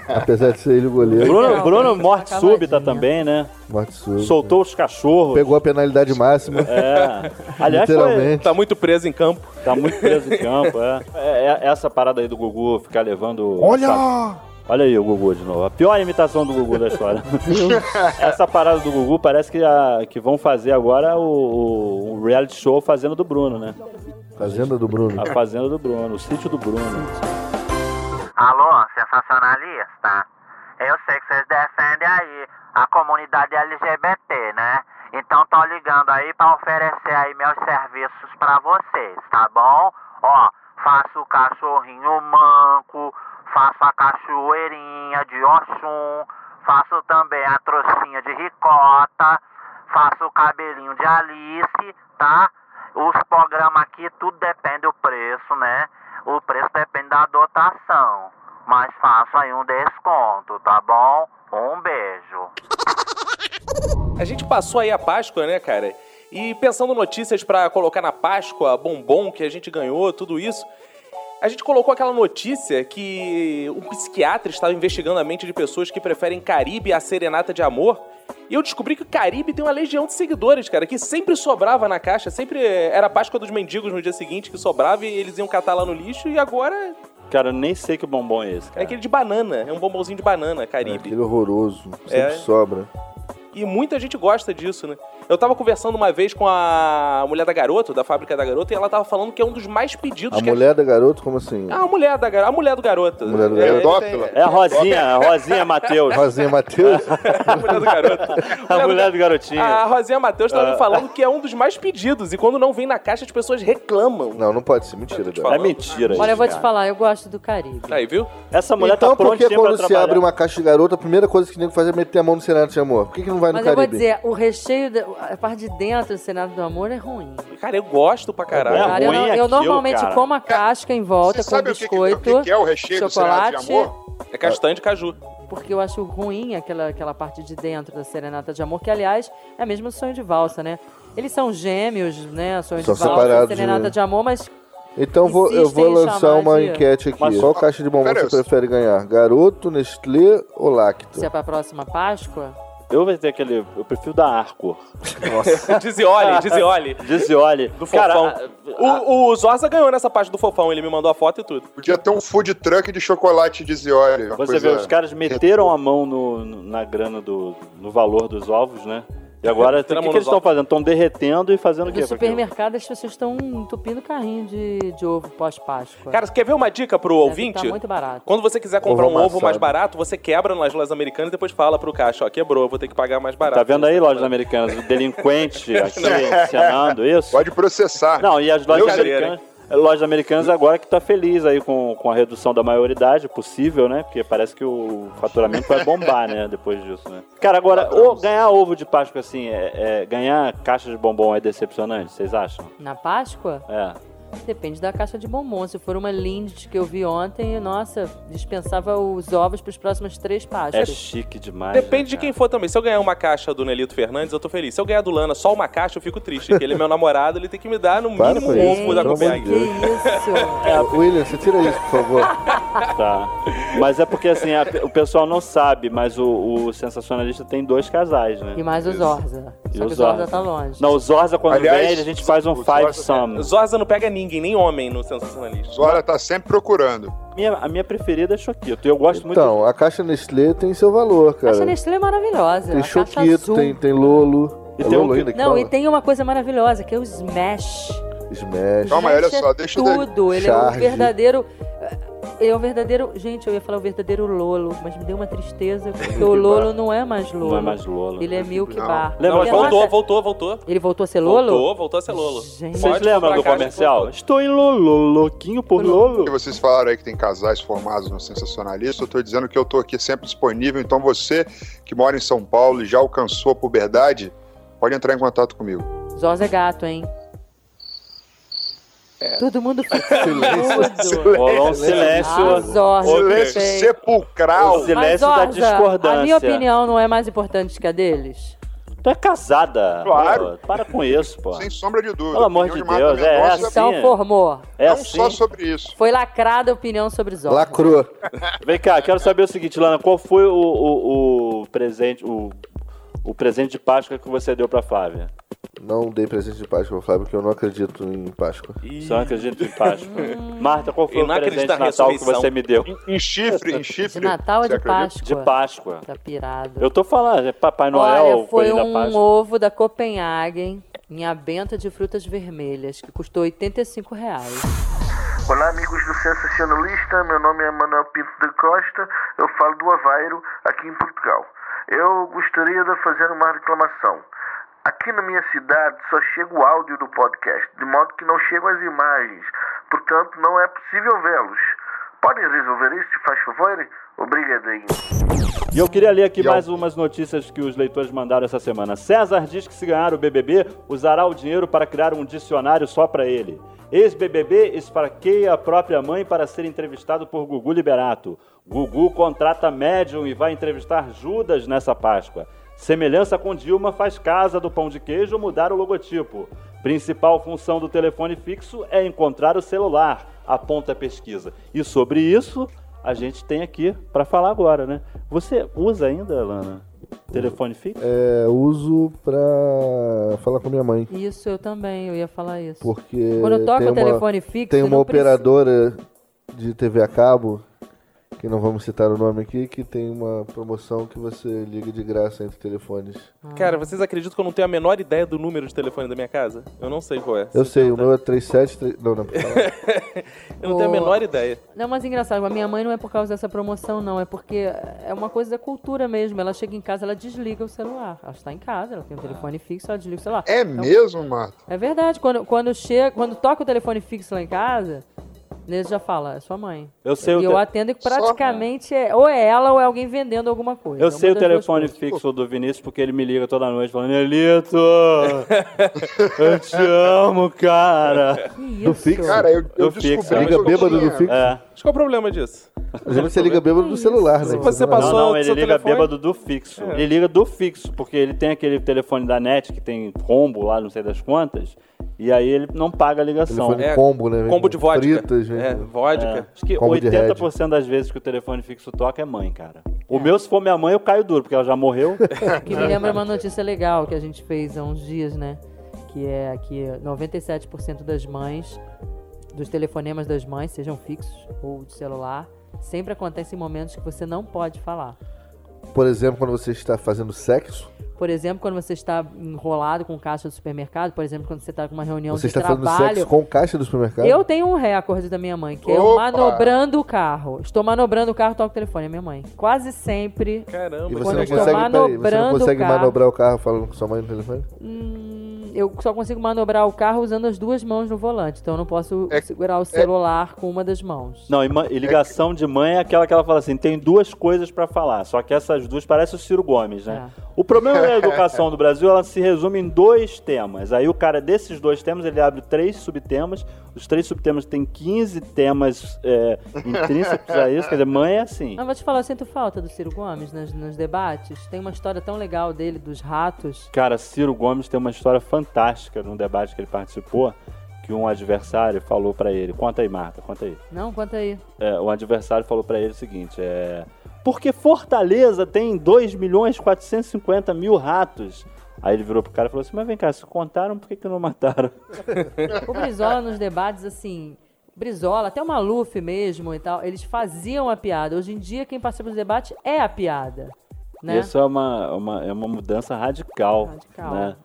D: Apesar de ser ele o goleiro,
A: Bruno, Bruno
B: tá
A: morte
B: cavadinha.
A: súbita também, né?
D: morte sua.
A: Soltou os cachorros.
D: Pegou a penalidade máxima.
A: É. Aliás, foi,
D: literalmente.
C: Tá muito preso em campo.
A: tá muito preso em campo, é. É, é- Essa parada aí do Gugu ficar levando.
E: Olha!
A: Olha aí o Gugu de novo. A pior imitação do Gugu da
D: [laughs]
A: história. Essa parada do Gugu parece que, a- que vão fazer agora o, o- o reality show Fazenda do Bruno, né?
D: Fazenda do Bruno.
A: A Fazenda do Bruno, o sítio do Bruno.
J: Alô, sensacionalista. Eu sei que vocês defendem aí a comunidade LGBT, né? Então tô ligando aí pra oferecer aí meus serviços pra vocês, tá bom? Ó, faço o cachorrinho manco, faço a cachoeirinha de Oxum, faço também a trouxinha de ricota, faço o cabelinho de Alice, tá? Os programas aqui, tudo depende do preço, né? O preço depende da dotação. Mas faço aí um desconto, tá bom? Um beijo.
C: A gente passou aí a Páscoa, né, cara? E pensando notícias pra colocar na Páscoa, bombom que a gente ganhou, tudo isso. A gente colocou aquela notícia que um psiquiatra estava investigando a mente de pessoas que preferem Caribe à serenata de amor E eu descobri que o Caribe tem uma legião de seguidores, cara, que sempre sobrava na caixa, sempre eh, era a Páscoa dos mendigos no dia seguinte que sobrava e eles iam catar lá no lixo e agora
A: Cara, eu nem sei que bombom é esse,
C: é
A: cara.
C: aquele de banana, é um bombonzinho de banana, Caribe.
D: Aquele horroroso, sempre
C: É.
D: sobra.
C: E muita gente gosta disso, né? Eu tava conversando uma vez com a mulher da Garoto, da fábrica da Garoto, e ela tava falando que é um dos mais pedidos
D: A
C: que
D: mulher da garota, como assim?
C: Ah, a mulher da garota. A mulher do garoto.
D: Mulher do
C: É,
D: garoto.
C: ele tem-
E: Pedófila.
A: É a Rosinha, a Rosinha Matheus.
D: Rosinha
A: [laughs]
D: Matheus?
C: [laughs] A mulher do garoto.
A: A mulher do garotinho. Ah.
C: A Rosinha Matheus tava me falando que é um dos mais pedidos. E quando não vem na caixa, as pessoas reclamam.
D: Não, não pode ser. Mentira,
C: te
D: Débora.
A: É
C: falando.
A: mentira isso,
B: Olha, eu vou te
A: cara.
B: falar, eu gosto do Caribe.
C: Aí, viu?
A: Essa mulher
D: Então,
A: tá
D: por
A: prontinha
D: que
A: pra
D: quando se
A: trabalhar.
D: abre uma caixa de garota, a primeira coisa que o nego faz é meter a mão no Senado de Amor? Por que, que não vai no
B: Mas eu
D: Caribe?
B: vou dizer, o recheio, da- a parte de dentro do Senado do Amor é ruim.
C: Cara, eu gosto pra caralho.
A: É
B: Cara, eu,
A: ruim
B: não- eu
A: aquilo,
B: normalmente
A: cara.
B: como a casca em volta
E: Você
B: com
E: sabe o que, que-
B: biscoito,
E: o que, que é o recheio do Senado de
B: chocolate,
E: Amor?
C: É castanho de caju.
B: porque eu acho ruim aquela, aquela parte de dentro da serenata de amor, que aliás é mesmo o sonho de valsa, né? Eles são gêmeos, né? Sonho
D: São
B: de valsa,
D: separados,
B: serenata
D: né?
B: de amor, mas
D: Então vou- eu
B: Insistem
D: vou
B: em
D: lançar
B: chamar
D: uma
B: de-
D: enquete aqui.
A: Mas-
D: Qual caixa de bombom
E: Pera,
D: você
E: eu-
D: prefere ganhar? Garoto, Nestlé ou Lacto?
B: se é pra próxima Páscoa,
A: Eu vou ter aquele. Eu prefiro da Arco.
C: [laughs] Dizzy Oli, Dizzy
D: [laughs]
C: Oli.
A: Dizzy, olha.
C: Do fofão.
A: Cara,
C: O, o Zorza ganhou nessa parte do fofão, ele me mandou a foto e tudo.
E: Podia ter um food truck de chocolate de Zioli. uma
A: Você
E: coisa-
A: vê, os caras meteram a mão no, no- na grana do. no valor dos ovos, né? E agora, o que, que
C: Meteram a mão
A: eles
C: nos
A: estão fazendo? Estão derretendo e fazendo o quê?
B: no
A: com aquilo?
B: É supermercado as pessoas estão entupindo carrinho de, de ovo
D: Tá.
B: pós-Páscoa.
C: Cara, quer ver uma dica pro
B: Deve
C: ouvinte?
B: Tá muito barato.
C: Quando você quiser comprar
D: Ovo
C: um ovo mais
D: amassado.
C: barato, você quebra nas lojas americanas e depois fala pro caixa, ó, quebrou, vou ter que pagar mais barato.
A: Tá vendo aí, lojas americanas? O
E: [laughs]
A: delinquente aqui ensinando isso?
E: Pode processar.
A: Não, e as lojas
C: Brincadeira,
A: americanas. Lojas americanas agora que tá feliz aí com, com a redução da maioridade possível, né? Porque parece que o faturamento vai bombar, né? Depois disso, né? Cara, agora, o- ganhar ovo de Páscoa assim, é, é- ganhar caixa de bombom é decepcionante, vocês acham?
B: Na Páscoa,
A: É.
B: depende da caixa de bombom. Se for uma Lindt que eu vi ontem, nossa, dispensava os ovos pros próximos três
A: É
B: Páscoas.
A: chique demais.
C: Depende de
A: né,
C: quem
A: cara?
C: for também. Se eu ganhar uma caixa do Nelito Fernandes, eu tô feliz. Se eu ganhar do Lana só uma caixa, eu fico triste. Porque ele é meu [laughs] namorado, ele tem que me dar no
D: Para
C: mínimo
D: com
C: um
D: isso,
C: ovo da
D: pelo amor de
B: que
C: Copenhague.
D: Deus.
B: isso?
D: William, você tira isso, por favor.
A: Tá. Mas é porque assim, a- o pessoal não sabe, mas o, o sensacionalista tem dois casais, né?
B: E mais o Zorza.
A: E
B: Só
A: o
B: que o Zorza
A: Zorza.
B: tá longe.
A: Não, o Zorza, quando
E: Aliás,
A: vem, a gente faz um
E: o
A: five
E: Zorza- é-
A: some.
C: Zorza não pega ninguém, nem homem no sensacionalista.
E: Zora tá sempre procurando.
A: Minha- a minha preferida é Choquito. Eu gosto muito
D: Então, a caixa Nestlé tem seu valor,
B: A caixa
D: cara.
B: Nestlé é maravilhosa.
D: Tem
B: a caixa
D: Choquito,
B: azul.
D: tem, tem Lolo.
A: E
D: É
A: tem um
D: Lolo
A: que-
D: ainda que
B: Não,
D: fala?
B: e tem uma coisa maravilhosa, que é o Smash.
D: Smash.
E: Calma aí, olha só,
B: é
E: deixa eu dar-
B: tudo. Ele é
D: Charge.
B: um verdadeiro... Ele é um verdadeiro... Gente, eu ia falar o verdadeiro Lolo, mas me deu uma tristeza, porque o Lolo não é mais Lolo.
A: Não é mais Lolo.
B: Ele é Milk
E: Não.
B: Bar.
A: Lembra-
C: Não, mas
B: Porque,
C: voltou,
B: nossa,
C: voltou, voltou.
B: Ele voltou a ser Lolo?
C: Voltou, voltou a ser Lolo.
B: Gente.
C: Pode
A: Vocês lembram
C: comprar
A: do
C: caixa,
A: comercial?
C: voltou.
A: Estou em Lolo, louquinho por Lolo.
E: E vocês falaram aí que tem casais formados no Sensacionalista, eu tô dizendo que eu tô aqui sempre disponível, então você que mora em São Paulo e já alcançou a puberdade, pode entrar em contato comigo.
B: Zorza é gato, hein?
A: É.
B: Todo mundo
A: [laughs]
B: fica mudo.
E: é
A: Rolou um
B: Ah,
A: silêncio.
B: Zorza,
E: Silêncio
B: perfeito.
E: sepulcral.
A: O silêncio da
B: Mas, Zorza,
A: discordância.
B: A minha opinião não é mais importante que a deles?
A: Tu é casada.
E: Claro.
A: pô. Para com isso, pô.
E: Sem sombra de dúvida.
A: Pelo amor
E: A opinião
A: de Deus,
E: Marta
A: é
E: Mendonça
A: essa.
B: Então
A: Sim, é.
B: formou.
A: É
E: não
A: assim.
E: um só sobre isso.
B: Foi lacrada a opinião sobre Zorza.
D: Lacrou.
A: Vem cá, quero saber o seguinte, Lana. Qual foi o, o- o presente... O... o presente de Páscoa que você deu pra Flávia?
D: Não dei presente de Páscoa ao Flávio, porque eu não acredito em Páscoa.
C: Ih,
A: Você não acredita em Páscoa.
B: Hum.
A: Marta, qual foi
C: Eu
A: o
C: não
A: presente de
C: acredito na
A: Natal que
C: ressurreição.
A: você me deu?
E: Em, em chifre, em chifre.
B: De Natal é
E: você
B: de
E: acredita?
B: Páscoa.
A: De Páscoa.
B: Tá pirado.
A: Eu tô falando, é Papai Noel,
B: Olha, foi
A: Coelho da
B: um
A: Páscoa.
B: ovo da Copenhagen em abenta de frutas vermelhas, que custou 85 reais.
K: Olá, amigos do Sensacionalista. Meu nome é Manuel Pinto da Costa. Eu falo do Aveiro, aqui em Portugal. Eu gostaria de fazer uma reclamação. Aqui na minha cidade só chega o áudio do podcast, de modo que não chegam as imagens. Portanto, não é possível vê-los. Podem resolver isso, se faz favor? Obrigadinho.
A: E eu queria ler aqui
E: E ao-
A: mais umas notícias que os leitores mandaram essa semana. César diz que se ganhar o BBB, usará o dinheiro para criar um dicionário só para ele. Ex-BBB esfaqueia a própria mãe para ser entrevistado por Gugu Liberato. Gugu contrata médium e vai entrevistar Judas nessa Páscoa. Semelhança com Dilma faz casa do pão de queijo mudar o logotipo. Principal função do telefone fixo é encontrar o celular, aponta a pesquisa. E sobre isso, a gente tem aqui pra falar agora, né? Você usa ainda, Lana? Telefone fixo?
D: É, uso pra falar com minha mãe.
B: Isso eu também, eu ia falar isso.
D: Porque.
B: Quando eu toco
D: tem
B: o
D: uma-
B: telefone fixo,
D: Tem
B: eu
D: uma
B: não preciso-
D: operadora de TV a cabo, que não vamos citar o nome aqui, que tem uma promoção que você liga de graça entre telefones.
C: Cara, vocês acreditam que eu não tenho a menor ideia do número de telefone da minha casa? Eu não sei qual é.
D: Eu sei, o meu é 37. tre- Não, não.
C: [laughs] Eu não tenho a
B: Boa.
C: menor ideia.
B: Não, mas engraçado, a minha mãe não é por causa dessa promoção, não. É porque é uma coisa da cultura mesmo. Ela chega em casa, ela desliga o celular. Ela está em casa, ela tem
A: Ah.
B: um telefone fixo, ela desliga o celular.
H: É
B: Então,
H: mesmo, Marta?
B: É verdade. Quando, quando, chega, quando toca o telefone fixo lá em casa, eles já fala, é sua mãe.
A: Eu sei o
B: e eu
A: te-
B: atendo que praticamente é ou é ela ou é alguém vendendo alguma coisa.
A: Eu
B: É uma
A: sei o
B: das duas
A: telefone
B: coisas.
A: fixo do Vinícius porque ele me liga toda noite
D: [laughs]
A: falando: Elito, eu te amo, cara.
B: Que isso?
H: Cara, eu, eu
A: Do fixo,
H: descobri
A: é.
H: que eu
D: Liga bêbado
H: tinha-
E: né?
D: do fixo.
A: É.
C: Mas qual é o problema disso?
D: Às vezes você liga bêbado do celular, né?
C: Você
A: Não,
C: passou-
A: não,
C: o
A: ele
C: seu
A: liga
C: telefone?
A: bêbado do fixo.
D: É.
A: Ele liga do fixo, porque ele tem aquele telefone da net que tem combo lá, não sei das quantas, e aí ele não paga a ligação. É.
D: Telefone combo, né?
C: é, Combo de vodka.
D: Fritas, né?
C: é, vodka.
A: Acho que
D: Combo de
A: 80% das vezes que o telefone fixo toca é mãe, cara. O meu, se for minha mãe, eu caio duro, porque ela já morreu.
D: [laughs]
B: Que
D: É.
B: me lembra uma notícia legal que a gente fez há uns dias, né? Que é que 97% das mães, dos telefonemas das mães, sejam fixos ou de celular, sempre acontece em momentos que você não pode falar.
D: Por exemplo, quando você está fazendo sexo,
B: Por exemplo, quando você está enrolado com caixa do supermercado, por exemplo, quando você está com uma reunião um de
D: você está fazendo
B: trabalho.
D: sexo com caixa do supermercado.
B: Eu tenho um recorde da minha mãe, que é eu
H: Opa!
B: manobrando o carro. Estou manobrando o carro, toco o telefone, é minha mãe. Quase sempre.
D: E
C: Caramba,
D: você
B: Quando
D: não
B: eu estou
D: consegue, peraí, você não
B: manobrando o
D: consegue
B: carro.
D: manobrar o carro falando com sua mãe no telefone?
B: Hum, eu só consigo manobrar o carro usando as duas mãos no volante, então eu não posso
H: É-
B: segurar o celular com uma das mãos.
A: Não, e, ma- e ligação de mãe é aquela que ela fala assim: tem duas coisas pra falar, só que essas duas parecem o Ciro Gomes, né? O problema da educação do Brasil, ela se resume em dois temas. Aí o cara desses dois temas, ele abre três subtemas. Os três subtemas têm 15 temas é, intrínsecos a isso. Quer dizer, mãe é assim.
B: Mas vou te falar, eu sinto falta do Ciro Gomes nas- nos debates. Tem uma história tão legal dele, dos ratos.
A: Cara, Ciro Gomes tem uma história fantástica num debate que ele participou, que um adversário falou pra ele. Conta aí, Marta, conta aí.
B: Não, conta aí.
A: É, o adversário falou pra ele o seguinte: é. Porque Fortaleza tem 2 milhões e 450 mil ratos. Aí ele virou pro cara e falou assim: Mas vem cá, se contaram, por que, que não mataram?
B: O Brizola nos debates, assim, Brizola, até o Maluf mesmo e tal, eles faziam a piada. Hoje em dia, quem participa dos debates é a piada. Né?
A: Isso é uma, uma- é uma mudança radical.
B: Radical.
A: né?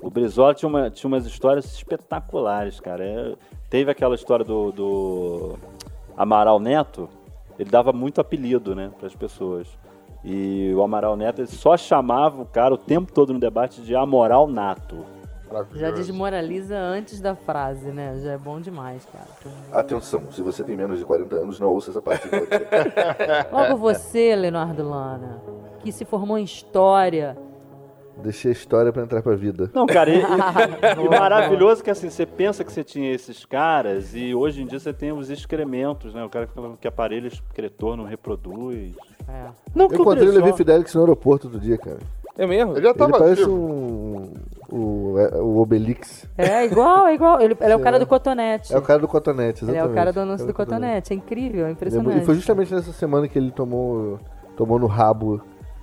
A: O Brizola tinha, uma- tinha umas histórias espetaculares, cara. É, teve aquela história do, do Amaral Neto, ele dava muito apelido, né, para as pessoas. E o Amaral Neto ele só chamava o cara o tempo todo no debate de Amoral Nato. é
B: Já desmoraliza antes da frase, né? Já é bom demais, cara.
D: Atenção, se você tem menos de 40 anos, não ouça essa [laughs] parte.
B: Logo você, Leonardo Lana, que se formou em História.
D: Deixei a história pra entrar pra vida.
A: Não, cara, e, e- e maravilhoso que assim, você pensa que você tinha esses caras e hoje em dia você tem os excrementos, né? O cara que fala que aparelho excretor não reproduz.
B: É.
A: Não,
D: Eu encontrei o
A: Brizola-
D: Levi Fidelix no aeroporto outro dia, cara.
C: é mesmo?
H: Ele já
D: Ele
H: tava
D: parece
E: tipo,
H: vivo.
D: um. O, é, o Obelix.
B: É igual, é igual. Ele, ele é o cara do cotonete.
D: É o cara do Cotonete,
B: ele
D: exatamente.
B: é o cara do anúncio
D: É o
B: do cotonete. É incrível, é
D: Ele é bu-
B: impressionante.
D: E foi justamente nessa semana que ele tomou, tomou no rabo,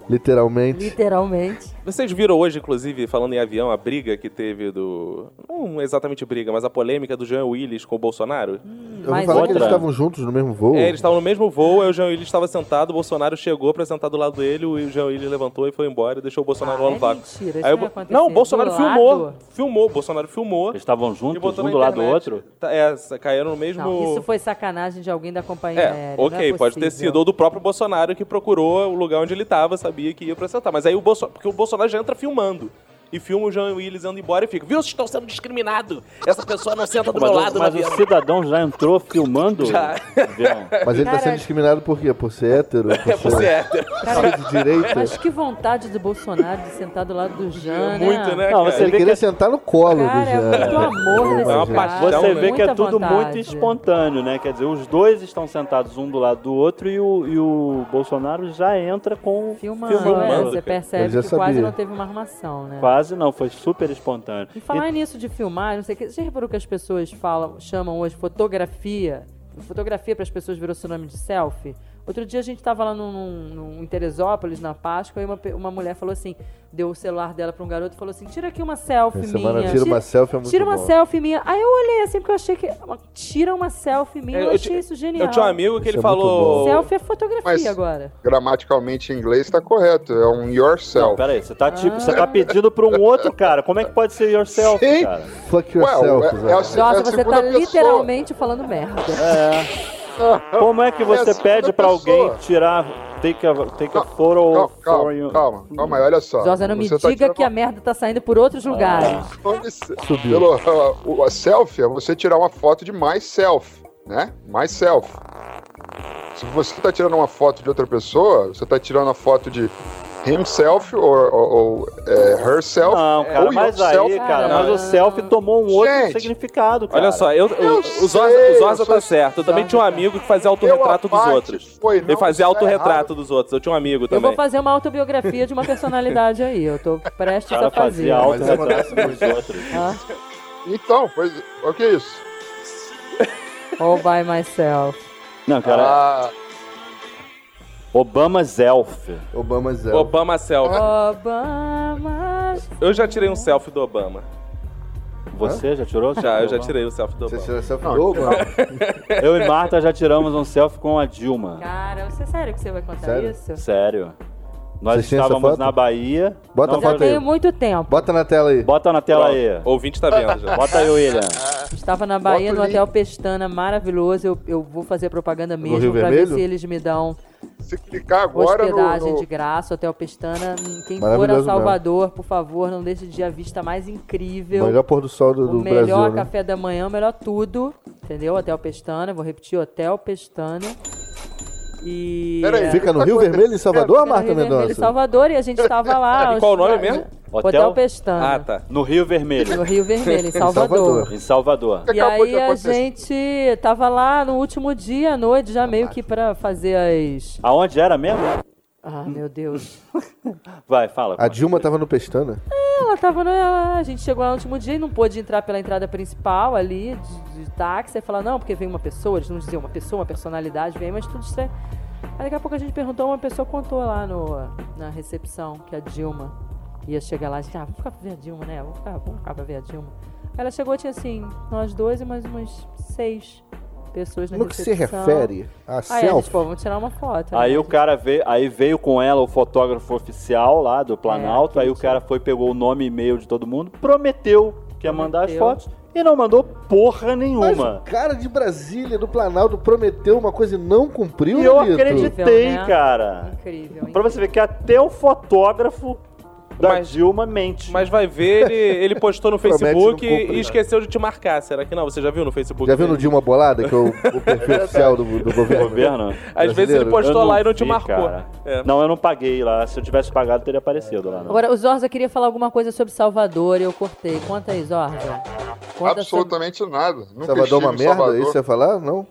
D: literalmente.
B: Literalmente.
C: Vocês viram hoje, inclusive, falando em avião, a briga que teve do. Não um exatamente briga, mas a polêmica do Jean Willis com o Bolsonaro?
D: Eu ouvi
B: Mas
D: falar que
A: outra.
D: eles estavam juntos no mesmo voo.
C: É, eles estavam no mesmo voo, aí o Jean Willis estava sentado, o Bolsonaro chegou pra sentar do lado dele, o Jean Willis levantou e foi embora e deixou o Bolsonaro
B: Ah,
C: lá no
B: é
C: vácuo.
B: mentira, isso
C: Aí o
B: não
C: Bo-
B: ia acontecer.
C: não, o Bolsonaro
B: Do
C: filmou.
B: lado?
C: Filmou, o Bolsonaro filmou.
A: Eles estavam
C: E
A: juntos,
C: botou
A: um
C: na
A: do lado do
C: internet.
A: outro?
C: Tá, É, sa- caíram no mesmo.
B: Não, isso foi sacanagem de alguém da companhia
C: É,
B: aérea. não
C: ok,
B: é
C: pode ter
B: possível.
C: sido. Ou do próprio Bolsonaro que procurou o lugar onde ele tava, sabia que ia pra sentar. Mas aí o Bolsonaro. Porque o Bolsonaro já entra filmando. E filma o Jean Willis indo embora e fica. Viu? Vocês estão sendo discriminados! Essa pessoa não senta do
A: Mas,
C: meu
A: o-
C: lado,
A: mas
C: na
A: o cidadão já entrou filmando?
C: [laughs] Já. [laughs]
A: Avião.
D: Mas ele tá
B: Cara-
D: sendo discriminado por quê? Por ser hétero?
B: [laughs]
D: Por
C: Você
D: ser
C: é hétero.
D: ser de direita?
B: Mas que vontade do Bolsonaro de sentar do lado do Jean,
C: Muito, né?
A: Não,
C: cara?
A: você
D: Ele
A: vê que
D: queria
A: é-
D: sentar no colo
B: Cara, é
D: do Jean.
B: muito amor nesse
C: É uma
B: cara.
C: paixão,
A: Você
C: né?
A: vê que é
B: Muita
A: tudo muito
B: vontade.
A: espontâneo, né? Quer dizer, os dois estão sentados um do lado do outro e o, e o Bolsonaro já entra com
B: Filmando, é,
C: Filmando,
B: você
C: cara.
B: percebe
D: Eu já
B: que quase
D: sabia.
B: não teve uma armação, né?
A: Quase não, foi super espontâneo.
B: E falar nisso de filmar, não sei o que. Você já reparou que as pessoas falam, chamam hoje fotografia? Fotografia para as pessoas virou sinônimo de selfie? Outro dia a gente estava lá num, num- em Teresópolis, na Páscoa, e uma, pe- uma mulher falou assim, deu o celular dela para um garoto e falou assim, tira aqui uma selfie
D: Essa
B: minha.
D: maravilha, tira uma selfie é muito
B: Tira uma
D: bom.
B: selfie minha. Aí eu olhei assim, porque eu achei que... Tira uma selfie minha, eu,
C: Eu
B: achei
C: ti-
B: isso genial.
C: Eu tinha um amigo que ele
H: é muito
C: falou.
B: Selfie é fotografia
H: Mas-
B: agora.
H: Gramaticalmente em inglês tá correto, é um yourself.
A: Não, peraí, você tá, tipo, você tá pedindo pra um outro cara. Como é que pode ser yourself,
H: Ah. Sim.
A: cara?
D: Fuck
H: Ué,
D: yourself,
H: é-
D: Zé.
H: é assim-
B: Nossa,
H: a
B: você
H: segunda
B: tá
H: pessoa.
B: literalmente falando merda.
A: Como é que você
H: É a segunda
A: pede pra
H: pessoa.
A: alguém tirar take a, take a photo
H: Calma,
A: for you?
H: calma, calma, calma aí, olha só.
B: Josa, não me
H: Você tá
B: diga
H: tirando
B: que a merda tá saindo por outros lugares.
H: Olha isso. Pelo, a, o- a selfie é você tirar uma foto de mais self, né? Mais self. Se você tá tirando uma foto de outra pessoa, você tá tirando a foto de himself ou, ou, ou, é, herself.
A: Não, cara,
H: ou
A: mas
H: yourself.
A: aí, cara, mas
B: Caramba.
A: o selfie tomou um outro
H: Gente,
A: significado, cara.
C: Olha só, eu, eu, o
H: sei,
C: Zorza, o
H: eu sou
C: Zorza tá certo. Eu também tinha um amigo que fazia autorretrato dos
H: parte
C: outros.
H: foi,
C: Ele
H: não,
C: fazia
H: isso é
C: autorretrato dos outros. Eu tinha um amigo
B: Eu
C: também.
B: vou fazer uma autobiografia de uma personalidade aí. Eu tô prestes
A: O cara
B: a fazer.
A: fazia alto
D: Mas é uma das
A: retrato dos outros.
B: Hã?
H: Então, pois, o que é isso?
B: All by myself.
A: Não, cara,
H: Ah,
A: Obama Zelf.
D: Obama é Zé.
C: Obama selfie.
B: Obama.
C: Eu já tirei um selfie do Obama.
A: Você já tirou?
C: Já, eu já tirei o selfie do
D: Você
C: Obama.
D: tira selfie do né? Obama?
A: Eu e Marta já tiramos um selfie com a Dilma.
B: Cara, você é sério que você vai contar
D: Sério?
B: isso?
A: Sério. Nós
D: Vocês têm essa
A: estávamos
D: foto?
A: na Bahia.
D: Bota a
A: Não,
B: Já
D: foto
A: foi-
D: aí.
B: tenho muito tempo.
D: Bota na tela aí.
A: Bota na tela aí.
C: Pronto, Ouvinte tá vendo já.
A: Bota aí, William.
B: Estava na Bahia,
H: Bota o
B: no
H: link.
B: Hotel Pestana, maravilhoso. Eu, eu vou fazer propaganda mesmo
D: Rio
B: pra ver
D: Vermelho?
B: se eles me dão
H: se clicar agora no,
B: hospedagem
H: no-
B: de graça, Hotel Pestana. Quem for a
D: Maravilhoso
B: Salvador, por favor, não deixe de ir à vista mais incrível.
D: Melhor pôr do sol do,
B: O
D: do
B: melhor
D: Brasil, né?
B: café da manhã, o melhor tudo. Entendeu? Hotel Pestana, vou repetir, Hotel Pestana. E.
H: Peraí,
B: é,
D: Fica no Rio Vermelho, em Salvador,
B: fica no É,
D: Marta
B: Rio Vermelho,
D: Mendonça?
B: Salvador, e a gente estava lá.
C: E qual o nome
B: hospedado-
C: mesmo?
B: Hotel,
A: Hotel
B: Pestana.
C: Ah, tá.
A: No Rio
B: No
A: Vermelho,
B: Rio Vermelho, em Salvador.
D: Salvador.
A: em Salvador.
B: E
H: Acabou
B: aí
H: de
B: a
H: acontecer.
B: gente tava lá no último dia à noite, já meio que pra fazer as.
A: Aonde era mesmo?
B: Ah, meu Deus.
A: Vai, fala.
D: A Dilma tá tava no Pestana?
B: Ela tava na. A gente chegou lá no último dia e não pôde entrar pela entrada principal ali, de, de táxi. Aí falar, não, porque vem uma pessoa, eles não diziam uma pessoa, uma personalidade, vem, mas tudo estranho. Aí daqui a pouco a gente perguntou, uma pessoa contou lá no, na recepção que a Dilma ia chegar lá. A gente, ah, vamos ficar pra ver a Dilma, né? Vamos ficar, vamos ficar pra ver a Dilma. Aí ela chegou, tinha assim, nós dois e mais umas seis pessoas na
D: No que se
B: recepção.
D: refere a
B: Aí a gente,
D: selfie?
B: pô, vamos tirar uma foto. né?
A: Aí o cara veio, aí veio com ela o fotógrafo oficial lá
B: É,
A: do Planalto, aí o cara foi, pegou o nome e e-mail de todo mundo, prometeu que ia mandar as
B: Prometeu.
A: fotos e não mandou porra
D: Mas
A: nenhuma.
D: o cara de Brasília, do Planalto, prometeu uma coisa e não cumpriu,
A: E eu
D: Lito.
A: acreditei,
B: né?
A: cara.
B: Incrível, hein?
A: Pra você ver que até o fotógrafo da
C: Mas-
A: Dilma mente.
C: Mas vai ver, ele, ele postou no
D: Promete
C: Facebook
D: não cumpre,
C: e esqueceu de te marcar. Será que não? Você já viu no Facebook?
D: Já viu no
C: dele?
D: Dilma Bolada, que é o, o perfil oficial do, do
A: O
D: governo?
A: governo.
C: Às vezes ele
D: brasileiro?
A: eu
C: [laughs] postou lá e não
A: vi,
C: te marcou.
A: cara.
C: É.
A: Não, eu não paguei lá. Se eu tivesse pagado, teria aparecido lá. né? Não.
B: Agora, o Zorza queria falar alguma coisa sobre Salvador e eu cortei. Conta aí, Zorza. Conta sobre-
H: absolutamente nada. Nunca
D: Salvador
H: estive
D: é uma
H: em
D: merda?
H: Salvador.
D: Isso você ia falar? Não?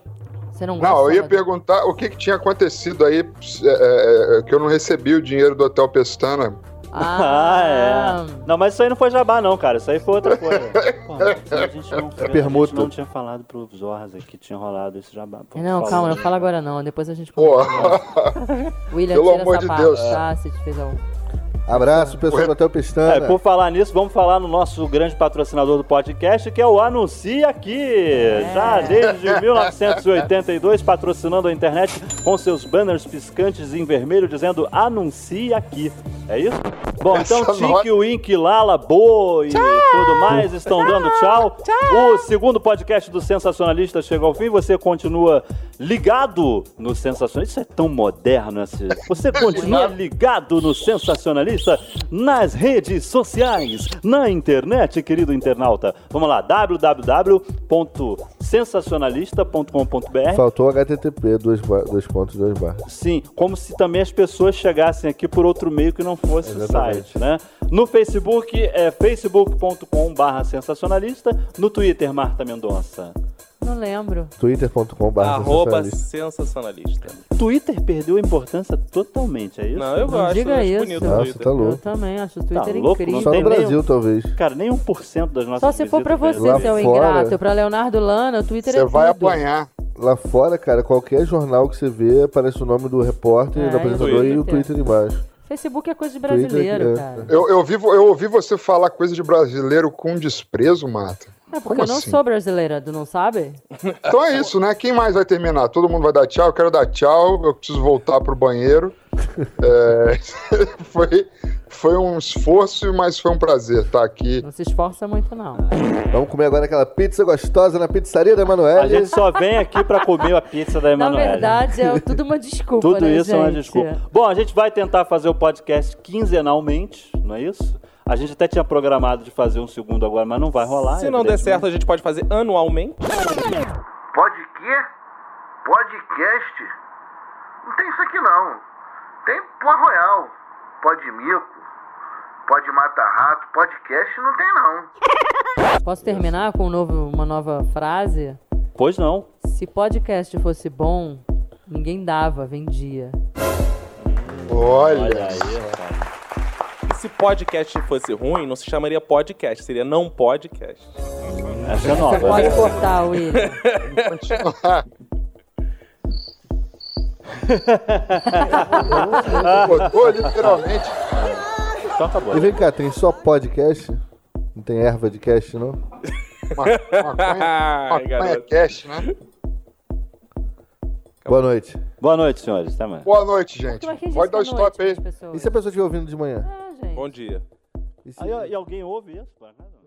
B: Você não gosta
H: Não, eu
B: de
H: ia
B: Salvador?
H: perguntar o que, que tinha acontecido aí é, é, é, que eu não recebi o dinheiro do Hotel Pestana.
A: [laughs] Ah,
B: Ah,
A: é. Não, mas isso aí não foi jabá, não, cara. Isso aí foi outra coisa. Pô, a gente não, a gente
D: Permuta.
A: não tinha falado pro Zorza que tinha rolado esse jabá. Pô,
B: é. Não,
A: por favor.
B: calma, não fala agora não. Depois a gente
H: Pô,
E: [laughs]
B: William,
H: pelo
B: tira
H: amor
B: essa
H: de
B: parte,
H: Deus.
B: tá? Se te fez algum...
D: Abraço, pessoal do Hotel Pestana.
A: É, por falar nisso, vamos falar no nosso grande patrocinador do podcast, que é o Anuncia Aqui. Já desde 1982, patrocinando a internet com seus banners piscantes em vermelho, dizendo Anuncia Aqui. É isso? Bom, então
H: Essa
A: Tiki, Wink, Lala, Bo e tudo mais estão dando tchau. O segundo podcast do Sensacionalista chega ao fim. Você continua ligado no Sensacionalista. Isso é tão moderno. Esse... Você continua ligado no Sensacionalista nas redes sociais, na internet, querido internauta. Vamos lá, www.sensacionalista.com.br.
D: Faltou o HTTP, dois, ba- dois pontos, dois barras.
A: Sim, como se também as pessoas chegassem aqui por outro meio que não fosse o
D: Exatamente.
A: site, né? No Facebook é facebook.com.br sensacionalista, no Twitter Marta Mendonça.
B: Não lembro.
H: Tá
D: twitter.com barra
C: Arroba sensacionalista.
A: Twitter perdeu a importância totalmente, é isso?
C: Não, eu
B: Não
C: gosto.
B: diga
C: acho
B: isso.
C: bonito o
D: Nossa,
C: Twitter.
D: tá louco.
B: Eu também acho o
A: Tá
B: Twitter
A: louco,
B: incrível.
A: não
D: Só
A: tem
D: no Brasil,
A: nem-
D: talvez.
A: Cara, nem 1% das nossas
B: Só se for
A: visitas
B: pra
A: vêm
B: você,
A: lá.
D: Lá
B: seu
D: fora-
B: ingrato. Pra Leonardo Lana, o Twitter é
H: você vai
B: tudo.
H: apanhar.
D: Lá fora, cara, qualquer jornal que você vê, aparece o nome do repórter,
B: É,
D: do apresentador
B: e
D: e
B: o
D: o Twitter embaixo.
B: Facebook é coisa de
D: Twitter,
B: brasileiro,
D: é.
B: cara.
E: Eu, eu, ouvi, vo- eu ouvi você falar coisa de brasileiro com desprezo, Mata.
B: É porque
E: Como
B: eu não
E: assim?
B: sou brasileira, tu não sabe?
E: Então é isso, né? Quem mais vai terminar? Todo mundo vai dar tchau, eu quero dar tchau, eu preciso voltar pro
B: [laughs]
E: banheiro. É, [laughs] foi, foi um esforço, mas foi um prazer estar aqui.
B: Não se esforça muito, não.
D: Vamos comer agora aquela pizza gostosa na pizzaria da
A: A
D: Emanuele.
A: gente só vem aqui pra comer a pizza da
B: Na
A: Emanuele.
B: verdade, é
A: [laughs]
B: tudo uma desculpa,
A: né? Tudo
B: né,
A: isso é uma
B: gente?
A: desculpa. Bom, a gente vai tentar fazer o podcast quinzenalmente, não é isso? A gente até tinha programado de fazer um segundo agora, mas não vai rolar.
C: Se não der
A: evidentemente.
C: certo, a gente pode fazer anualmente.
J: Pode quê? Podcast? Não tem isso aqui não. Tem Pó Royal, Pode Mico, Pode Mata Rato, podcast não tem não.
B: Posso terminar com um novo- uma nova frase?
A: Pois não.
B: Se podcast fosse bom, ninguém dava, vendia.
A: Olha
E: Olha,
A: aí, é cara.
C: E se podcast fosse ruim, não se chamaria podcast, seria não podcast.
A: Essa é
B: Você
A: nova.
B: pode
A: né?
B: cortar, William.
C: [laughs]
E: botou literalmente.
A: Então acabou.
D: E vem cá, tem só podcast? Não tem erva de cast, não?
E: Uma,
C: Ai,
E: maconha, maconha
C: garoto.
E: cash, né?
D: Boa noite.
A: Boa noite, senhores. Até mais.
E: Boa noite, gente.
B: Mas quem disse
E: Pode dar
B: que
E: o
B: é noite
E: stop
B: pras
E: aí.
B: pessoas?
D: E se a pessoa estiver ouvindo de manhã?
B: Ah, gente.
C: Bom dia.
D: E se-
A: Aí, ó, e alguém ouve isso? né? por acaso?